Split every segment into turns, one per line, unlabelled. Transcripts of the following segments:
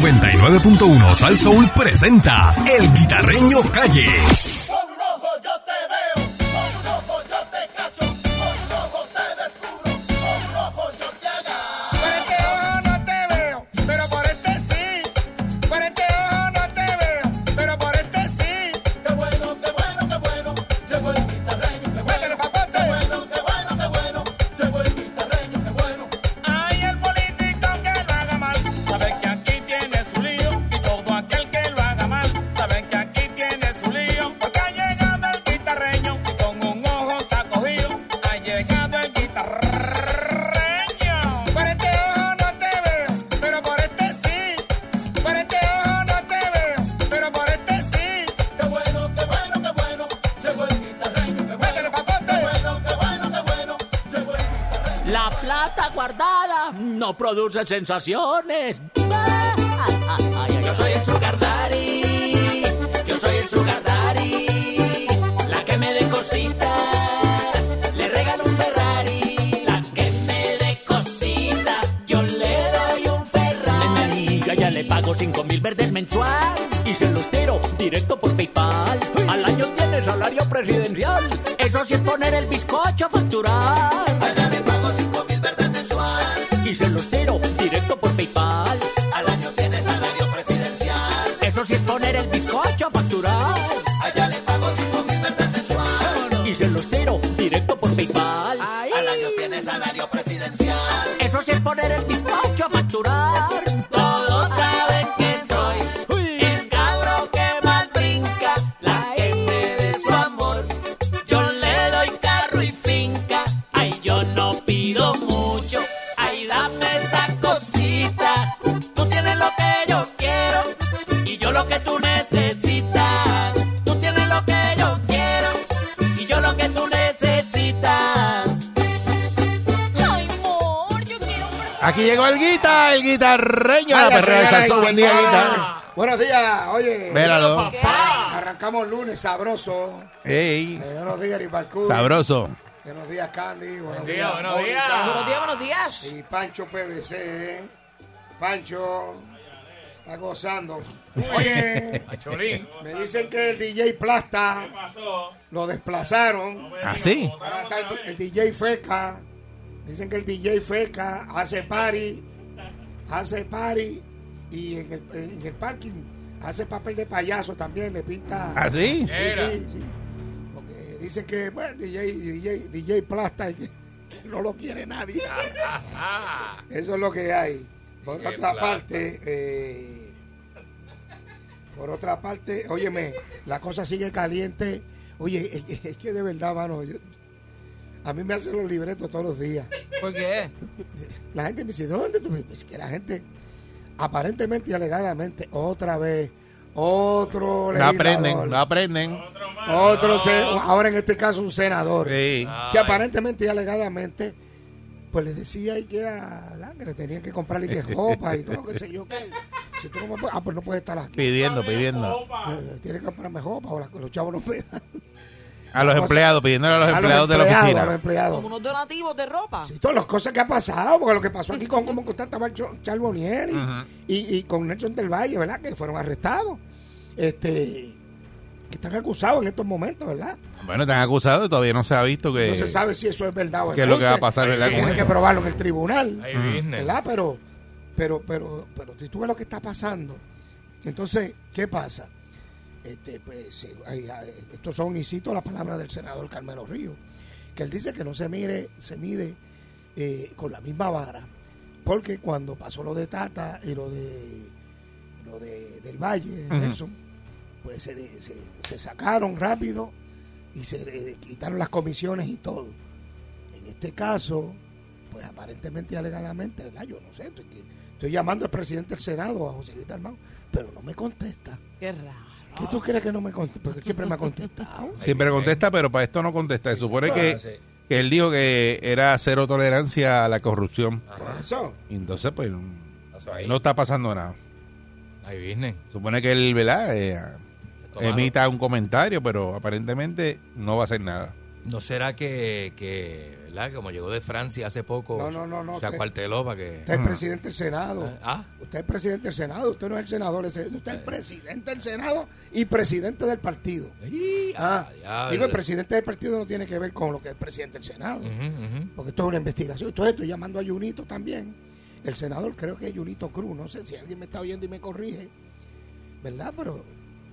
99.1 Sal Soul presenta El Guitarreño Calle.
Con un ojo yo te veo, con un ojo yo te cacho, con un ojo te descubro, con un ojo yo te agarro.
Por este ojo no te veo, pero por este sí. Por este ojo no te veo, pero por este sí.
Qué bueno, qué bueno, qué bueno, llegó el guitarreño, qué bueno,
Métele papote.
qué bueno, qué bueno, qué bueno, llegó el guitarreño, qué bueno.
Ay, el político que lo haga mal. Saben que aquí tiene su lío. Y todo aquel que lo haga mal. Saben que aquí tiene su lío. Porque ha llegado el guitarreño. Y con un ojo está cogido. Ha llegado el guitarreño. Por este ojo no te veo, pero por este sí. Por este ojo no te veo, pero por este sí.
Qué bueno, qué bueno, qué bueno, llegó el guitarreño, qué bueno,
Métele papote.
qué bueno, qué bueno, qué bueno, llegó el guitarreño.
La plata guardada no produce sensaciones. Yo soy el sugar daddy, yo soy el sugar daddy, la que me dé cosita, le regalo un Ferrari, la que me dé cosita, yo le doy un Ferrari. En María ya le pago cinco mil verdes mensual y se los tiro directo por PayPal. Al año tiene salario presidencial, eso sí es poner el bizcocho a facturar.
Allá le pago cinco mil verdes mensual,
y se los tiro directo por PayPal.
al año tiene salario presidencial.
Eso sí es poner el bizcocho a facturar.
Allá le pago cinco mil verdes mensual,
Y se los tiro directo por PayPal.
al año tiene salario presidencial.
Eso sí es poner el bizcocho a facturar.
Todos saben que soy el cabro que más brinca, la que me dé su amor. Yo le doy carro y finca, ay, yo no pido mucho. Ay, dame esa cosita, tú tienes lo que yo quiero y yo lo que tú necesitas. Tú tienes lo que yo quiero y yo lo que tú necesitas.
Ay, amor, yo quiero un
Aquí llegó el guita, el guitarreño. La
Vaya,
perrera del
señoras y
salsón. Buen día,
señores.
guita.
Buenos días, oye.
Míralo.
Arrancamos lunes sabroso.
Ey,
Eh, buenos días, Ribalcú.
sabroso.
Buenos días, Candy. Buenos
días,
días,
buenos
Mónica.
días.
Buenos días, buenos días.
Y Pancho PVC. ¿eh? Pancho está gozando. Oye,
Cholín.
me dicen que el DJ Plasta lo desplazaron.
¿Así?
Ahora está el, el DJ Feca. Dicen que el DJ Feca hace party. Hace party. Y en el, en el parking hace papel de payaso también. Le pinta.
¿Así?
Sí, sí, sí. Porque dicen que, bueno, DJ, DJ, DJ Plasta, y que, que no lo quiere nadie. Eso es lo que hay. Por otra parte, eh, por otra parte, óyeme, la cosa sigue caliente. Oye, es- es que de verdad, mano, yo- a mí me hacen los libretos todos los días.
¿Por qué?
La gente me dice, ¿dónde tú? Es que la gente, aparentemente y alegadamente, otra vez, otro
No aprenden,
legislador,
no aprenden.
otro, se- ahora en este caso un senador,
Sí.
que aparentemente y alegadamente, pues les decía ahí que a la- que le tenían que comprar y que ropa y todo lo que sé yo. Que, si tú no me puedes- ah, pues no puedes estar aquí.
Pidiendo, pidiendo.
Eh, Tienes que comprarme ropa o la- los chavos no me dan.
A los empleados, pidiéndole a los empleados de
empleados,
la
A los
oficina.
empleados.
Como unos donativos de
Ah.
ropa.
Sí, todas las cosas que ha pasado, porque lo que pasó aquí con, como con tanta Marcho- Charbonieri y, y con Nelson del Valle, ¿verdad? Que fueron arrestados. Este que están acusados en estos momentos, ¿verdad?
Bueno, están acusados y todavía no se ha visto que,
em- No se sabe pues, si eso es verdad o
qué es lo que va a
embuste.
pasar, ¿verdad? Con
Tienen que
eso.
probarlo en el tribunal,
Hay business.
¿verdad? Pero, pero, pero, pero si tú ves lo que está pasando, entonces, ¿qué pasa? Este, pues, eh, hay- hay- estos son, y cito las palabras del senador Carmelo Río, que él dice que no se mire, se mide eh, con la misma vara, porque cuando pasó lo de Tata y lo de lo de, del Valle, Nelson, pues se, de- se, se sacaron rápido y se eh, quitaron las comisiones y todo. En este caso, pues aparentemente y alegadamente, ¿verdad? yo no sé, estoy, estoy llamando al presidente del Senado, a José Luis Dalmau, pero no me contesta.
Qué raro.
¿Qué
Ah.
tú crees que no me contesta? Porque él siempre me ha contestado.
Siempre contesta, pero para esto no contesta. Se
Ah,
supone que, que él dijo que era cero tolerancia a la corrupción.
Por eso.
Y entonces, pues, no está pasando nada.
Hay business.
Supone que él, ¿verdad? Eh, emita un comentario, pero aparentemente no va a hacer nada.
¿No será que, que, ¿verdad? como llegó de Francia hace poco,
No, no, no, no,
se
usted-
acuarteló para que...
Usted es presidente del Senado.
Ah. Eh.
Usted es presidente del Senado. Usted no es el senador. ese- Usted es presidente del Senado y presidente del partido.
¡Ih!
Ah,
Ah,
digo, el
diablo.
presidente del partido no tiene que ver con lo que es el presidente del Senado.
Ujú, ujú.
Porque esto es una investigación. Entonces estoy llamando a Junito también. El senador creo que es Junito Cruz. No sé si alguien me está oyendo y me corrige. ¿Verdad? Pero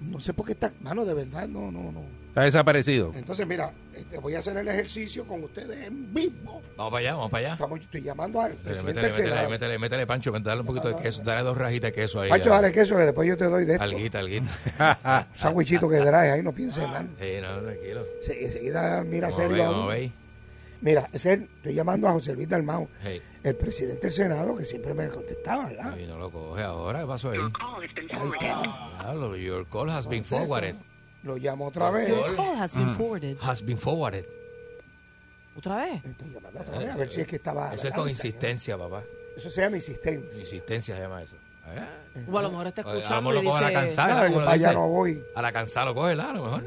no sé por qué está... Mano, de verdad, no, no, no.
Está desaparecido.
Entonces, mira, este, voy a hacer el ejercicio con ustedes en vivo.
Vamos para allá, vamos para allá.
Estamos, estoy llamando al
Métele,
presidente
métele,
del
métele,
Senado.
métele, métele, Pancho, métele, dale un poquito de queso, dale dos rajitas de queso ahí.
Pancho,
a-
dale queso que después yo te doy de esto.
Alguita, alguita.
Sándwichito que trae, ahí no pienses mal.
Sí, no, tranquilo.
Se- Enseguida mira
Vamos a ver,
serio. a
vamos
uno.
a ver.
Mira, ese, estoy llamando a José Luis Dalmau.
Hey.
el presidente del Senado, que siempre me contestaba, ¿verdad?
Ay, no lo coge ahora, ¿qué pasó ahí?
Ahí está.
Diablo, your call has been forwarded.
Lo llamo otra vez.
Your call has
Mm.
been forwarded.
Has been forwarded.
¿Otra vez?
Estoy llamando otra vez, a ver si es que estaba... ¿eh?
Eso es
¿verdad?
con insistencia, papá.
Eso se llama insistencia.
Insistencia se llama eso. ¿Eh?
O a lo mejor está
A lo mejor
escuchando
lo
y
coge a la
dice...
cansada,
No, yo
como lo
para allá
dice.
no voy.
A la cansada lo coge, ¿la? A lo mejor.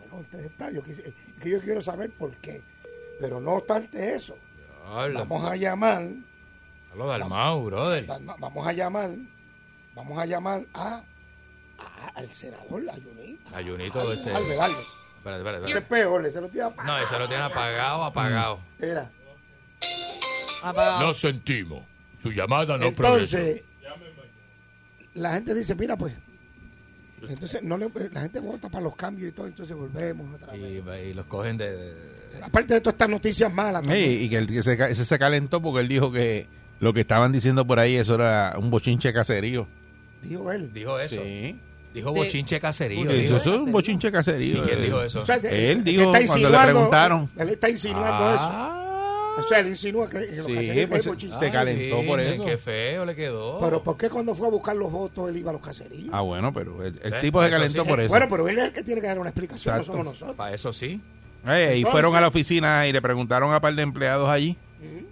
Me contesta, yo quise- es que yo quiero saber por qué. Pero no obstante eso,
Diablo,
vamos a llamar,
lo Dalmau, brother.
Dalma- vamos a llamar, vamos a llamar a, a- al senador, a Junito.
Ayunito, este.
Alve,
Espérate,
Alve.
espérate,
Ese es
espérate.
peor, ese lo tira
No, ese lo tiene apagado, apagado.
Era.
Apagado.
Lo sentimos. Su llamada
Entonces, la gente dice, mira pues, entonces no le- la gente vota para los cambios y todo, entonces volvemos otra vez.
Y, y los cogen de. de-
Aparte de todas estas noticias malas, también.
Sí, y que, el, que se, ca- ese se calentó porque él dijo que lo que estaban diciendo por ahí eso era un bochinche caserío.
dijo él.
dijo eso.
Sí.
Dijo bochinche caserío.
Eso,
dijo.
es un bochinche caserío.
¿Y quién dijo eso?
O sea,
Él
que
dijo cuando le
insinuando-
preguntaron.
Él está insinuando
Ah,
eso. O sea, él insinúa que, que lo que
Sí,
hacen es
pues,
bochinche.
se calentó por
miren,
eso.
Qué feo le quedó.
Pero ¿por qué cuando fue a buscar los votos él iba a los caseríos?
Ah, bueno, pero el, el
Eh,
tipo se
eso
calentó
sí.
por
Eh,
eso.
Bueno, pero él es el que tiene que dar una explicación,
Exacto.
no somos nosotros.
Para eso sí.
Eh, y
Entonces-
fueron a la oficina y le preguntaron a un par de empleados allí.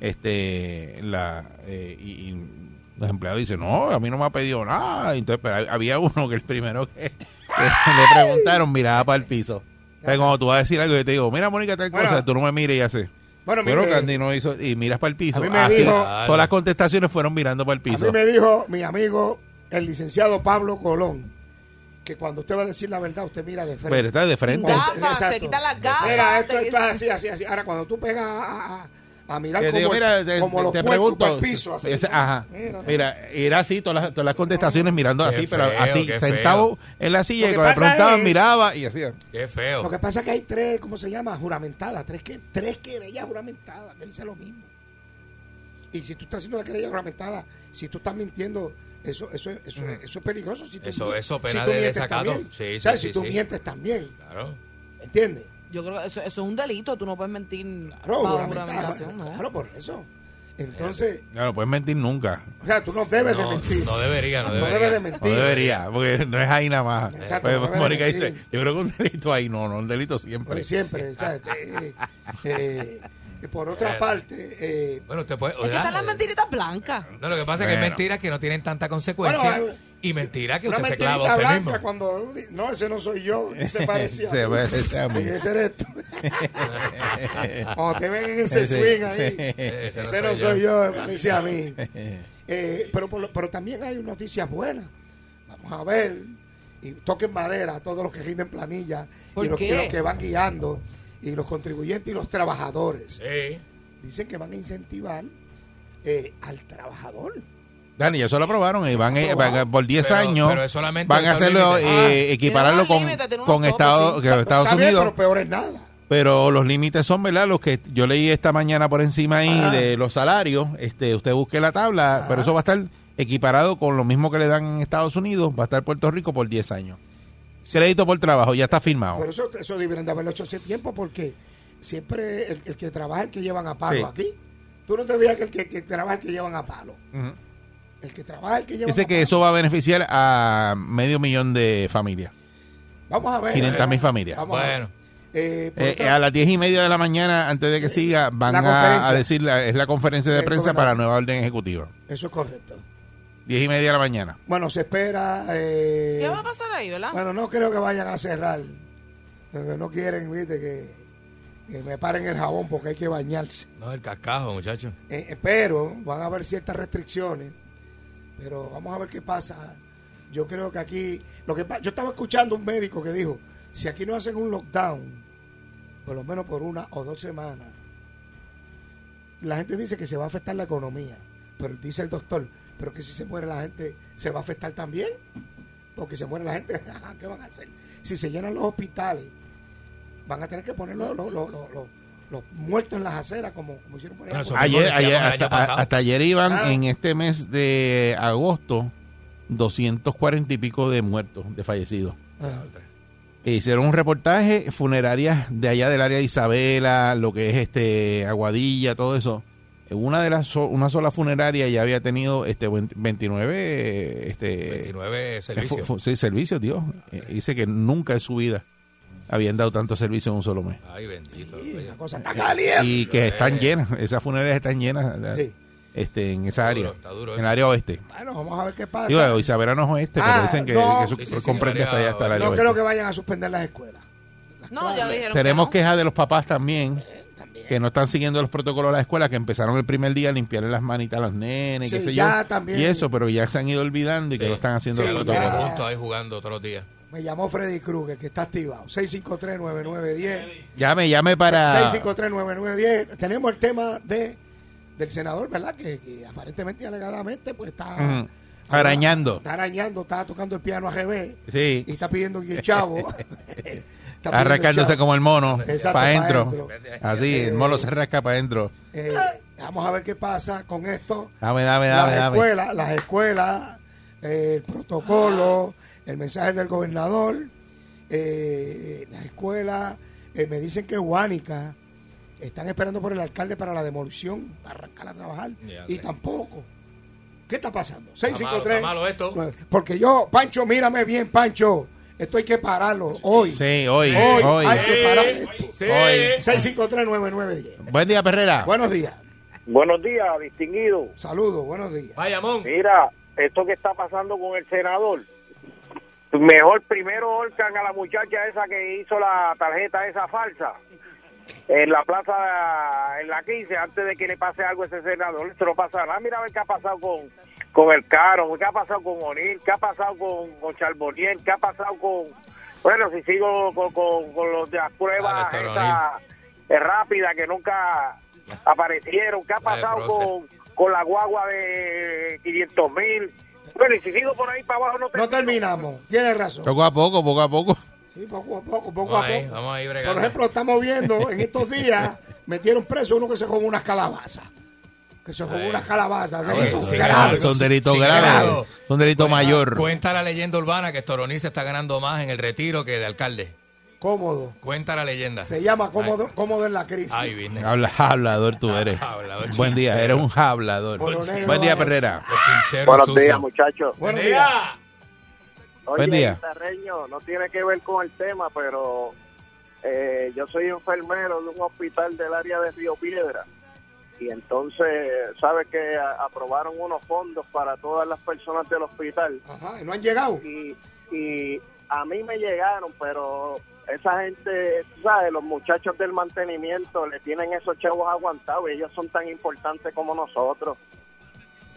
este la eh, y, y los empleados dicen, no, a mí no me ha pedido nada. Entonces, pero había uno que el primero que, que le preguntaron miraba para el piso. O sea, cuando tú vas a decir algo, yo te digo, mira, Mónica, tal
Bueno.
cosa, tú no me mires y haces.
Bueno,
Pero
mire,
Candy no hizo, y miras para el piso.
a mí me
Así,
dijo-
todas las contestaciones fueron mirando para el
a
piso.
mí me dijo mi amigo, el licenciado Pablo Colón, que cuando usted va a decir la verdad, usted mira de frente.
Pero está de frente.
Gafas, te
Exacto.
quitas las gafas,
Mira, esto,
te
esto es
quitas-
así, así, así. Ahora, cuando tú pegas a, a- a mirar
Que
como,
te digo,
el-
mira, te,
como los
te
puercos
pregunto.
pa'l piso, así.
Ese- ajá.
Mira,
Mira, era así, todas las, todas las contestaciones mirando
Qué
así, pero
feo,
así,
qué
sentado en la silla,
Lo
y
que
cuando le
pasa
preguntaban,
es-
miraba y hacía.
Qué feo.
Lo que pasa es que hay tres, ¿cómo se llama? Juramentadas, tres, que, tres querellas juramentadas, que dice lo mismo. Y si tú estás haciendo una querella juramentada, si tú estás mintiendo, eso, eso, eso, eso, es peligroso. Si tú
Eso-
mientes-
eso
si
pena
tú
de
mientes
desacato.
también.
Sí, sí,
¿Sabes?
sí,
si tú
sí.
mientes también,
Claro.
¿entiendes?
Yo creo que eso, eso es un delito. Tú no puedes mentir
Claro,
bajo
juramentada,
juramentación, ¿no?
claro, por eso. Entonces,
No, no puedes mentir nunca.
o sea, tú no debes
Eh, No,
de mentir.
no debería, no
No
debería.
debes de
No
mentir.
debería, porque no es ahí nada más.
Exacto,
Pues,
no debe de
Mónica dice,
mentir.
yo creo que un delito ahí no, no, un delito siempre.
Por siempre, ¿sabes? Eh, eh, eh, por otra parte, eh,
Bueno, usted puede.
Es que
¿verdad?
están las mentiritas blancas.
No, lo que pasa es que hay
Bueno.
mentiras que no tienen tanta consecuencia
Bueno, hay-
y mentiras que
una
usted se
mentirita
clava a usted
blanca
mismo.
cuando no, ese no soy yo, se parecía.
Se parece a mí.
Ay, ese eres tú. cuando te ven en ese
Ese-
swing ahí,
Eh,
ese-
ese, no soy yo, se parecía a mí. Eh, pero, por lo- pero también hay noticias buenas. Vamos a ver. Y toquen madera a todos los que rinden planilla
¿Por
y los,
qué?
y los que van guiando y los contribuyentes y los trabajadores.
Sí.
Dicen que van a incentivar eh, al trabajador.
Dani, eso lo aprobaron y van, eh, van a- por 10
Pero-
años
pero es solamente
van a
hasta un
hacerlo,
límite.
Ah,
eh, equipararlo
tiene un
con,
límite, tiene unos
con
topes,
Estados,
sí.
que
pues
Estados
Está bien,
Unidos.
pero peor es nada.
Pero los límites son, ¿verdad? Los que yo leí esta mañana por encima ahí de los salarios. Este, usted busque la tabla, pero eso va a estar equiparado con lo mismo que le dan en Estados Unidos. Va a estar Puerto Rico por 10 años. Crédito por trabajo, ya está firmado.
Pero eso, eso deberían de haberlo hecho hace tiempo porque siempre el, el que trabaja el que llevan a palo
Sí.
aquí. Tú no te veas que el que, que trabaja el que llevan a palo.
Ujú.
El que trabaja el que llevan a
Dice
palo.
que eso va a beneficiar a medio millón de familias.
Vamos a ver.
500.000 familias.
Vamos a ver.
Bueno,
Eh, por
Eh,
otra-
eh, a las 10 y media de la mañana, antes de que siga, van
la
a,
conferencia.
a decir, la- es la conferencia de
Del
prensa para la
gobernador.
nueva orden ejecutiva.
Eso es correcto.
10 y media de la mañana.
Bueno, se espera. eh,
¿Qué va a pasar ahí, verdad?
Bueno, no creo que vayan a cerrar. Porque no quieren, viste, que. que me paren el jabón porque hay que bañarse.
No, el cascajo, muchacho.
Eh, eh, pero van a haber ciertas restricciones. Pero vamos a ver qué pasa. Yo creo que aquí. lo que pa- Yo estaba escuchando un médico que dijo: si aquí no hacen un lockdown, por lo menos por una o dos semanas, la gente dice que se va a afectar la economía. Pero dice el doctor: pero que si se muere la gente, se va a afectar también. Porque se muere la gente, ¿qué van a hacer? Si se llenan los hospitales, van a tener que poner los, los- los- los- los- los muertos en las aceras, como, como hicieron por
Bueno,
ejemplo.
eso mismo
Ayer,
decíamos
ayer-
el año
hasta,
pasado.
hasta ayer iban
Ah.
en este mes de agosto 240 y pico de muertos, de fallecidos.
Ah.
E hicieron un reportaje funerarias de allá del área de Isabela, lo que es este Aguadilla, todo eso. En Una de las so- una sola funeraria ya había tenido este 29 este
29
eh,
servicios. Ah,
fu- fu- sí, servicios, Dios. Eh, dice que nunca en su vida habían dado tanto servicio en un solo mes.
Ay, bendito.
Y
oye.
la cosa está caliente.
Y
Eh.
que están llenas, esas funerarias están llenas
Sí.
eh, este en esa área,
duro, está duro
en
eso.
el área oeste.
Bueno, vamos a ver qué pasa.
Digo, Isabela no es oeste,
Ah,
pero dicen que,
no.
que eso
Sí, sí, sí,
comprende
área
hasta allá, hasta el área
no
oeste.
creo que vayan a suspender las escuelas. Las
No, ya
clases.
dijeron.
Tenemos
que.
quejas de los papás también, que no están siguiendo los protocolos de la escuela, que empezaron el primer día a limpiarle las manitas a los nenes,
Sí,
qué sé
ya
yo,
también.
Y eso, pero ya se han ido olvidando y que no están haciendo
Sí,
los
Los
protocolos.
juntos ahí jugando todos los días.
Me llamó Freddy Krueger, que está activado. 653-9910.
Llame, llame para...
653-9910. Tenemos el tema de del senador, ¿verdad? Que, que aparentemente y alegadamente pues está...
Ujú. Arañando.
Está arañando, está tocando el piano a GB.
Sí.
Y está pidiendo que el chavo... está pidiendo
Arrancándose
chavo.
como el mono,
Exacto,
para
pa'
adentro.
dentro.
Así, el mono se rasca para adentro.
Eh, vamos a ver qué pasa con esto.
Dame, dame, dame,
las
dame.
escuelas, las escuelas, eh, el protocolo, el mensaje del gobernador, eh, las escuelas, eh, me dicen que Huánica están esperando por el alcalde para la demolición, para arrancar a trabajar,
Ya,
y
sí.
tampoco. ¿Qué está pasando?
malo, está
653.
malo esto.
nueve- Porque yo, Pancho, mírame bien, Pancho. Esto hay que pararlo hoy.
Sí, hoy,
Hoy,
hoy,
hay que parar esto.
hoy.
653-9910.
Buen día, Perrera.
Buenos días.
Buenos días, distinguido.
Saludos, buenos días.
Vaya, Mon.
Mira, esto que está pasando con el senador, mejor primero ahorcan a la muchacha esa que hizo la tarjeta esa falsa en la plaza, en la 15, antes de que le pase algo a ese senador. Esto no pasa nada. Mira a ver qué ha pasado con, con el Caro, qué ha pasado con O'Neill, qué ha pasado con, con Charbonnier, qué ha pasado con... Bueno, si sigo con, con, con los de las pruebas
Néstor
esas, eh, rápidas que nunca aparecieron, qué ha
La de
pasado
Procer.
con, con la guagua de 500 mil. Bueno, y si sigo por ahí para abajo no
No terminamos, tienes razón.
Poco a poco, poco a poco.
Sí, poco a poco, poco
Vamos
a
ahí,
poco.
vamos ahí bregando.
Por ejemplo, estamos viendo en estos días, metieron preso uno que se jugó unas calabazas. Que se jugó
Ay.
unas calabazas.
Ay,
Delitos
Ah, sí,
graves.
sí,
Son delitos
sí,
graves,
claro.
son delitos mayor.
Cuenta la leyenda urbana que Toronil se está ganando más en el retiro que de alcalde.
Cómodo.
Cuenta la leyenda.
Se llama cómodo, cómodo en la crisis.
Ay, business.
Habla, hablador tú eres.
Hablador.
Buen día, eres un hablador.
Por lo negro
Buen día,
eres.
Perrera.
Los chincheros
Buenos
sucios.
días, muchachos.
Buenos días.
Oye,
Buen día.
Guitarreño, no tiene que ver con el tema, pero eh, yo soy enfermero de un hospital del área de Río Piedra. Y entonces, ¿sabes que a- aprobaron unos fondos para todas las personas del hospital?
Ajá, no han llegado.
Y, y a mí me llegaron, pero esa gente, tú ¿sabes? Los muchachos del mantenimiento le tienen esos chavos aguantados y ellos son tan importantes como nosotros.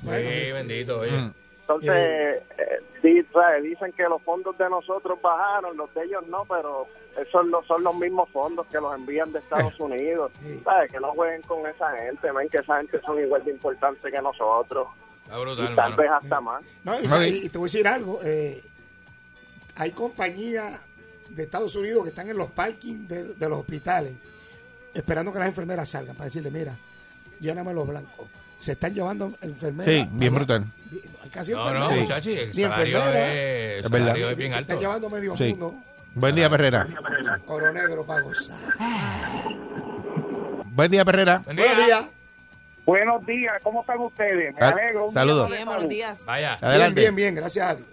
Sí, bendito, oye.
Mm.
Entonces, eh, sí, ¿sabes? dicen que los fondos de nosotros bajaron, los de ellos no, pero esos no son los mismos fondos que los envían de Estados Unidos.
Sí.
¿Sabes? Que no jueguen con esa gente, ven que esa gente son igual de importantes que nosotros.
Está
Y
brutal,
tal
mano.
vez hasta más.
No, y,
Ok.
y- y te voy a decir algo. eh, hay compañías de Estados Unidos que están en los parkings de, de los hospitales esperando que las enfermeras salgan para decirle, mira, lléname los blancos. Se están llevando enfermeras.
Sí, bien
para-
brutal.
Bien, Casi
No, no,
enfermeras.
muchachos, el
Ni
salario
enfermeras,
es,
Es
el
verdad.
salario es bien
se está
alto.
llevando medio
Sí.
mundo
Buen día, Perrera.
oro negro para gozar.
Buen día, Perrera.
Buen
Buenos
día.
días.
Buenos días, ¿cómo están ustedes?
Sal- Saludos.
Bien, buenos días.
Vaya.
Adelante.
Bien, bien, bien, gracias a Dios.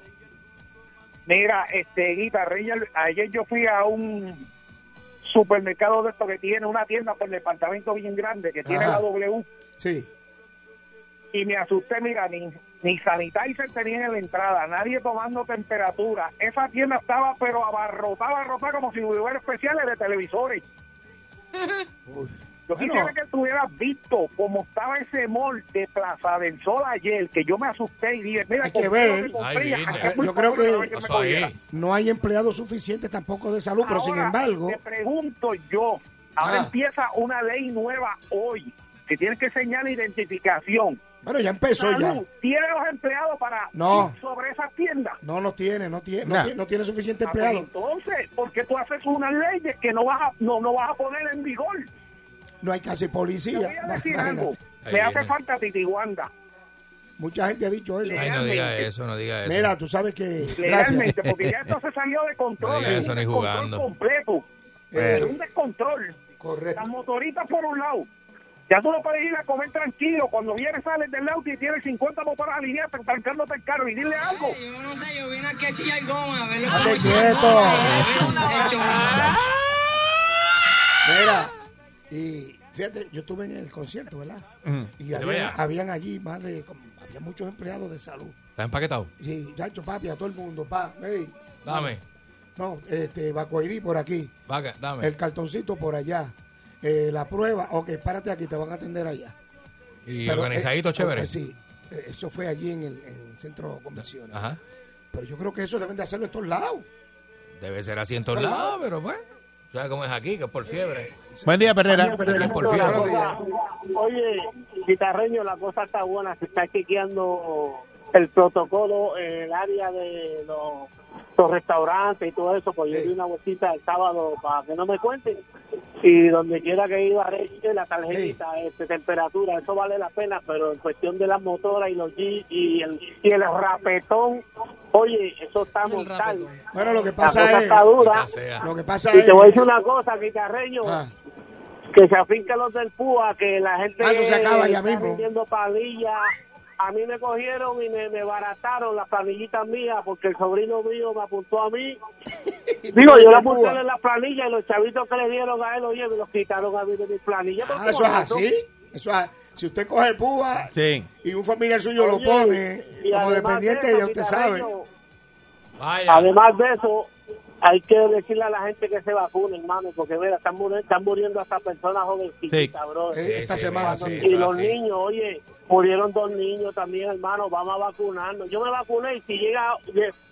Mira, este guitarrilla, ayer yo fui a un supermercado de esto que tiene una tienda por departamento bien grande que
tiene Ajá. la
W
Sí.
y me asusté, mira, ni, ni sanitizer tenía en la entrada, nadie tomando temperatura. Esa tienda estaba pero abarrotada, abarrotada como si hubiera especiales de televisores. Yo
Bueno.
quisiera que tú hubieras visto cómo estaba ese mall de Plaza del Sol ayer, que yo me asusté y dije, mira,
Hay que
compré lo
ver.
compré,
Ay,
y acá
viste.
es muy
Yo creo
probable
que-
me
Pasó ahí.
cogiera.
No hay empleados suficientes tampoco de salud, pero sin
Ahora, eh,
embargo,
Te pregunto yo, ahora
Ah.
empieza una ley nueva hoy, que tienes que señalar identificación.
bueno, ya empezó ya.
Salud, ¿Tiene los empleados para
No.
ir sobre esas tiendas?
No, no tiene, no tiene, no,
Nah.
tiene, no tiene suficiente
Ah, pero
empleado.
Entonces, ¿por qué tú haces unas leyes que no vas a, no, no vas a poner en vigor?
No hay casi
Te
policía.
voy a decir
Imagínate.
algo.
Ahí
Me
viene.
hace falta Titiguanda.
Mucha gente ha dicho eso.
Ay, no diga eso, no diga eso.
Mira, tú sabes que.
Legalmente,
Gracias.
porque ya esto se salió de control.
No digas eso
un
ni
descontrol
jugando.
completo.
Eh,
Un descontrol.
correcto.
Las motoritas por un lado. Ya tú no puedes ir a comer tranquilo. Cuando vienes, sales del auto y tienes 50 motoras alineadas trancándote el carro. Y dile algo.
Yo no sé, yo vine aquí a chillar goma, a verlo.
Dale quieto. Mira, y fíjate, yo estuve en el concierto, ¿verdad? Y había-
vaya.
habían allí más de. como- había muchos empleados de salud.
¿Está empaquetado?
Y ya, papi, a todo el mundo, pa, hey,
Dame,
no, este, Bacoidí por aquí.
vaca, dame.
El cartoncito por allá. eh, la prueba, ok, párate aquí, te van a atender allá.
Y
Pero,
organizadito,
eh,
chévere.
eh, sí, eh, eso fue allí en el, en el centro de convenciones.
Ajá.
Pero yo creo que eso deben de hacerlo en todos lados.
Debe ser así en todos lados, pero bueno. ¿Sabes cómo es aquí? Que es por fiebre.
Buen día, Perrera.
Aquí es por fiebre.
Oye, guitarreño, la cosa está buena. Se está chequeando el protocolo en el área de los, los restaurantes y todo eso. Pues yo di una vueltita el sábado para que no me cuenten. Y donde quiera que iba, registre la tarjetita, este, temperatura, eso vale la pena. Pero en cuestión de las motoras y los G y el, y el rapetón, oye, eso está
El
mortal.
rapetón.
Bueno, lo que
La cosa
pasa es.
está dura.
Ya sea.
Lo que pasa
Y
es.
te voy a decir una cosa, guitarreño
Ah,
que se afinca los del PUA, que la gente
Ah, eso se acaba ya
está
mismo.
rindiendo palillas. A mí me cogieron y me, me barataron las planillitas mías porque el sobrino mío me apuntó a mí. Digo, yo le apunté en las planillas y los chavitos que le dieron a él, oye, me los quitaron a mí de mis planillas.
Ah, eso es así. Eso es- si usted coge el púa
Sí.
y un familiar suyo lo
Oye,
pone
y
como
además de
dependiente,
eso,
ya usted sabe.
guitarreño,
Vaya.
Además de eso, hay que decirle a la gente que se vacune, hermano, porque mira, están muriendo, están muriendo hasta personas jovencitas,
Sí.
bro.
Eh, esta semana, sí.
y los
así.
niños, oye, murieron dos niños también, hermano, vamos a vacunarnos. Yo me vacuné y si llega,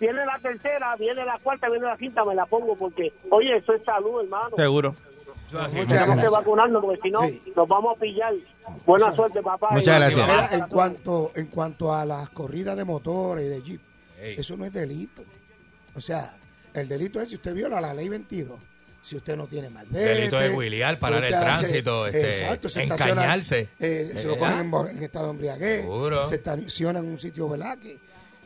viene la tercera, viene la cuarta, viene la quinta, me la pongo porque, oye, eso es salud, hermano.
Seguro.
Eso es así.
Muchas
Tenemos que
gracias.
vacunarnos porque si no,
Sí.
nos vamos a pillar. Buena suerte, papá.
Muchas
Y-
gracias.
Mira, en cuanto, en cuanto a las corridas de motores y de jeep,
Ey.
eso no es delito. O sea, el delito es si usted viola la ley 22. Si usted no tiene mal
Delito de huilear, parar el tránsito, este, encañarse.
se lo
Eh,
cogen
ah.
en, bo- en estado de embriaguez.
Seguro.
Se estaciona en un sitio, ¿verdad? Que-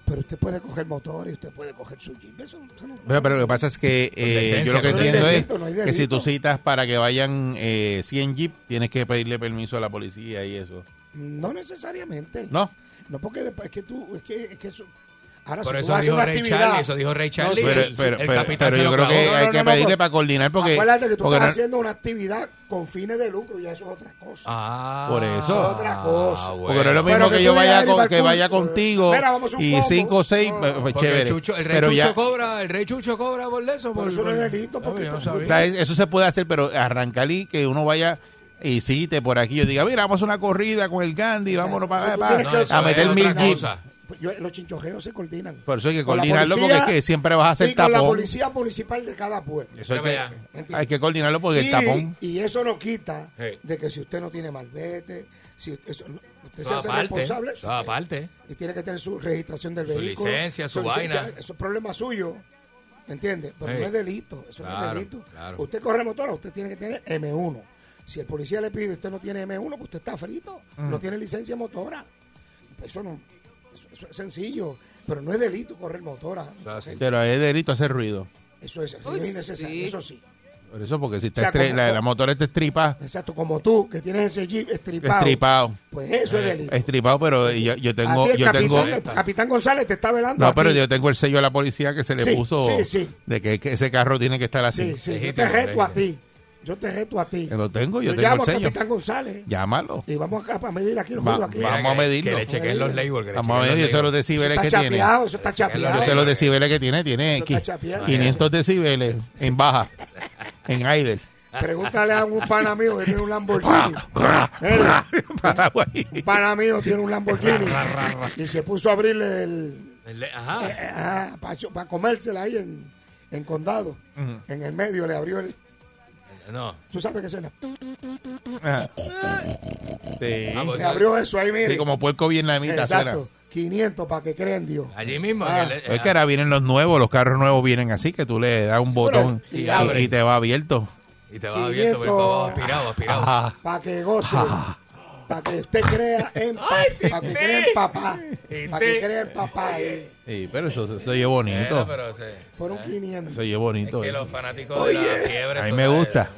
pero usted puede coger motores, usted puede coger su jeep. Eso, eso no-
Pero, pero lo que pasa es que eh,
decencia,
yo lo que
con
entiendo es
decencia, no hay
que si
delito.
tú citas para que vayan eh, 100 jeep, tienes que pedirle permiso a la policía y eso.
no necesariamente.
¿No?
No, porque después es que tú, es que, es que eso. Ahora,
Por
si tú
eso
vas a hacer
dijo
una
Ray
actividad-
Charlie, eso dijo Ray Charlie.
Pero,
el-
pero-
el
pero-
capitán
pero
se
yo
lo
creo que
clavó.
hay
no,
que
no,
pedirle
pero-
para coordinar porque...
Acuérdate que tú
porque
estás
no-
haciendo una actividad con fines de lucro y eso es otra cosa.
Ah,
Por eso.
Otra cosa.
bueno.
Porque no es lo mismo
Pero que
que,
tú
yo
digas,
vaya,
Ari
con- que
Balcón,
vaya
eh,
contigo
espera, vamos a un
y
combo.
5 o 6,
No.
pues,
Porque
chévere.
El, Chucho- el Rey
pero
Chucho
ya,
cobra, el Rey Chucho cobra por eso.
Por eso no es delito, porque-
yo no
o
sabía.
sea, es- eso se puede hacer, pero arrancar y que uno vaya y cite por aquí. Yo diga, mira, vamos a una corrida con el Candy,
eso
vámonos para,
tú
para-
tienes que-
a meter
No,
mil
otra
jeeps.
cosa.
Pues yo- los chinchojeos se coordinan.
Por eso hay que
Con la
coordinarlo
policía
porque es que siempre vas a hacer
y con la
tapón.
policía municipal de cada pueblo.
Eso hay,
Mira
que,
para allá.
hay que coordinarlo porque el
Y-
tapón.
Y eso no quita
Sí.
de que si usted no tiene malvete, si usted, eso no- usted se
Eso
hace
aparte,
responsable.
eso aparte.
Y tiene que tener su registración del vehículo.
licencia, su vaina.
Eso es problema suyo. ¿Entiende? Pero
Sí.
no es delito. Eso no es
Claro,
delito.
claro.
Usted corre motora, usted tiene que tener M1. Si el policía le pide usted no tiene M1, pues usted está frito. No tiene licencia de motora. Eso no. Eso, eso es sencillo. Pero no es delito correr motora.
sea, sí.
Pero es delito hacer ruido.
Eso es, eso
Uy,
es innecesario.
sí.
Eso sí.
Por eso, porque si
O
te
sea,
estre-
como-
la, la motora está estripa,
Exacto, como tú, que tienes ese jeep estripado.
estripado.
Pues eso es delito.
Estripado, pero yo, yo
A ti
tengo.
el
Yo
capitán,
tengo
el capitán González te está velando. a
no, pero
ti.
yo tengo el sello de la policía que se le
Sí,
puso
sí, sí.
de que, que ese carro tiene que estar así.
Sí, sí, yo te
legítimo,
reto a
legítimo.
ti. Yo te reto a ti.
Lo tengo, yo
Yo
tengo
llamo
el
al
sello.
capitán González
Llámalo.
y vamos acá para medir aquí los
Va-
juegos aquí.
Mira,
vamos
que
a
le-
medirlo.
Que le chequen los labels. que le
Vamos a
chequen
ver, yo
los
sé los
labels.
decibeles
Está
que tiene.
chapeado, eso está
Yo
chapeado.
sé los decibeles que tiene. Tiene
Eso está
qui-
chapeado.
500 decibeles en baja, en aire.
Pregúntale a un pana mío que tiene un Lamborghini. Mira, un pana mío tiene un Lamborghini. y se puso a abrirle el. eh,
El le- ajá.
para, comérsela ahí en, en condado.
Ujú.
En el medio le abrió el. Eh,
No. Ah,
¿Tú sabes qué suena?
Ajá. Sí.
Ah, pues,
Le abrió eso ahí, Ah, pues, mire.
Sí, como puerco vietnamita.
Exacto.
suena.
500 para que crean Dios.
Allí mismo.
Ah.
en el-
Es que ahora vienen los nuevos, los carros nuevos vienen así, que tú le das un botón
y
y,
abre.
y te va abierto.
y te vas abierto, pero para abajo, aspirado, aspirado.
Ajá.
Para que goce. Para que usted crea en papá. Para que crea en papá. Para que crea en papá. eh.
Sí, pero eso se, se oye
Bueno,
bonito.
pero se-
Fueron
Se
500.
oye
es
bonito.
que
eso.
los fanáticos de la fiebre.
A mí
eso
me
le-
gusta.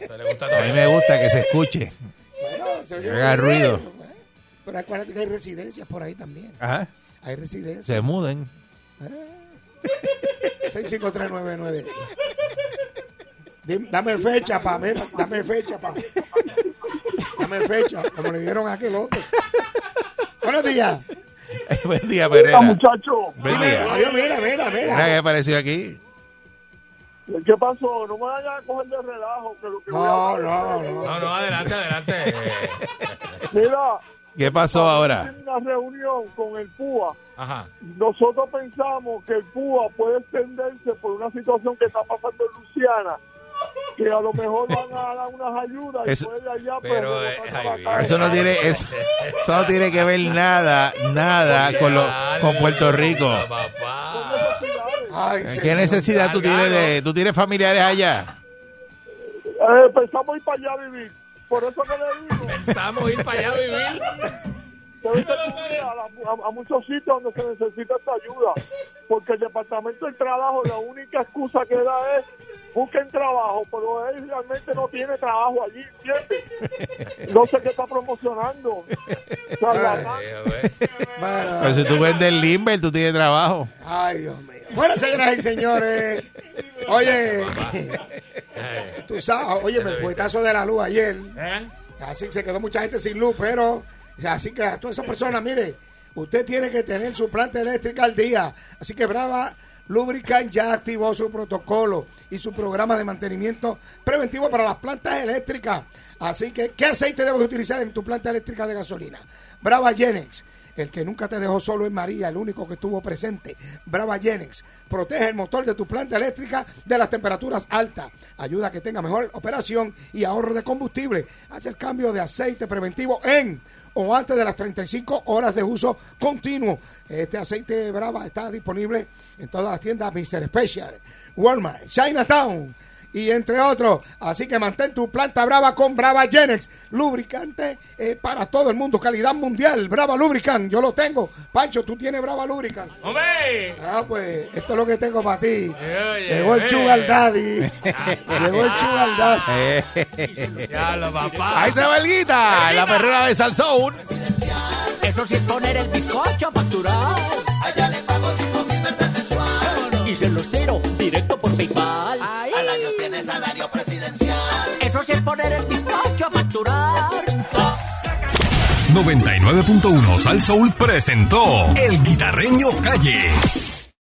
eso le gusta
A
todo
mí
eso.
me gusta que se escuche.
Bueno, se
Que
oye
haga
bien,
ruido.
bueno. Pero acuérdate que hay residencias por ahí también.
Ajá.
Hay residencias.
Se muden.
65399. Dim- Dame fecha, pa, mira, dame fecha, pa. Dame fecha, como le dieron a aquel otro. Buenos días.
Buen día, Pereira.
muchacho.
Buen
Mira,
día.
oye, mira, mira,
Mira
mira.
que apareció aquí.
¿Qué pasó? No me vayan a coger de relajo. Que lo que voy a
No,
hablar
no, no.
No, no, adelante, adelante. Eh,
es- Mira,
¿Qué pasó ahora?
en una reunión con el PUA,
Ajá.
nosotros pensamos que el PUA puede extenderse por una situación que está pasando en Luciana, que a lo mejor van a dar unas ayudas
Es-
y puede allá,
pero, eh,
rebotar
ay,
para
bien.
acá.
Eso no tiene, eso, eso no tiene que ver nada, nada con, lo, con Puerto Rico.
Papá.
Ay,
¿Qué
señor.
necesidad tú tienes de, tú tienes familiares allá?
Eh, pensamos ir para allá a vivir. Por eso que le digo,
Pensamos ir para allá a vivir.
que vete tú a, la- a- a muchos sitios donde se necesita esta ayuda. Porque el Departamento del Trabajo, la única excusa que da es busquen trabajo, pero él realmente no tiene trabajo allí, ¿entiendes? No sé qué está promocionando. Charlatán.
Eh, a ver.
Bueno,
Pero Pues si tú vendes Limber, tú tienes trabajo.
Ay, Dios mío. Bueno, señoras y señores. Oye,
Eh,
tú sabes, oye, el fuetazo de la luz ayer.
¿eh?
Así que se quedó mucha gente sin luz, pero así que a todas esas personas, mire, usted tiene que tener su planta eléctrica al día. Así que Brava Lubricant ya activó su protocolo y su programa de mantenimiento preventivo para las plantas eléctricas. Así que, ¿qué aceite debes utilizar en tu planta eléctrica de gasolina? Brava Genex. El que nunca te dejó solo en María, el único que estuvo presente. Brava Genex. Protege el motor de tu planta eléctrica de las temperaturas altas. Ayuda a que tenga mejor operación y ahorro de combustible. Hace el cambio de aceite preventivo en o antes de las 35 horas de uso continuo. Este aceite Brava está disponible en todas las tiendas Mr. Special, Walmart, Chinatown y entre otros. Así que mantén tu planta brava con Brava Genex, lubricante eh, para todo el mundo, calidad mundial, Brava Lubricant, yo lo tengo. Pancho, tú tienes Brava Lubricant.
¡Hombre!
Ah, pues esto es lo que tengo para ti.
Oye,
Llegó el
eh.
Sugar Daddy. Llegó el Sugar Daddy.
Eh,
Ya lo papá.
Ahí se va el guita, la perrera de Salsoul.
Eso sí es poner el bizcocho a facturar. Allá le pago cinco mil verdad mensual. Y se los tiro directo por PayPal. Al año tiene salario presidencial. Eso sí es poner el bizcocho a facturar.
99.1 Sal Soul presentó El Guitarreño Calle.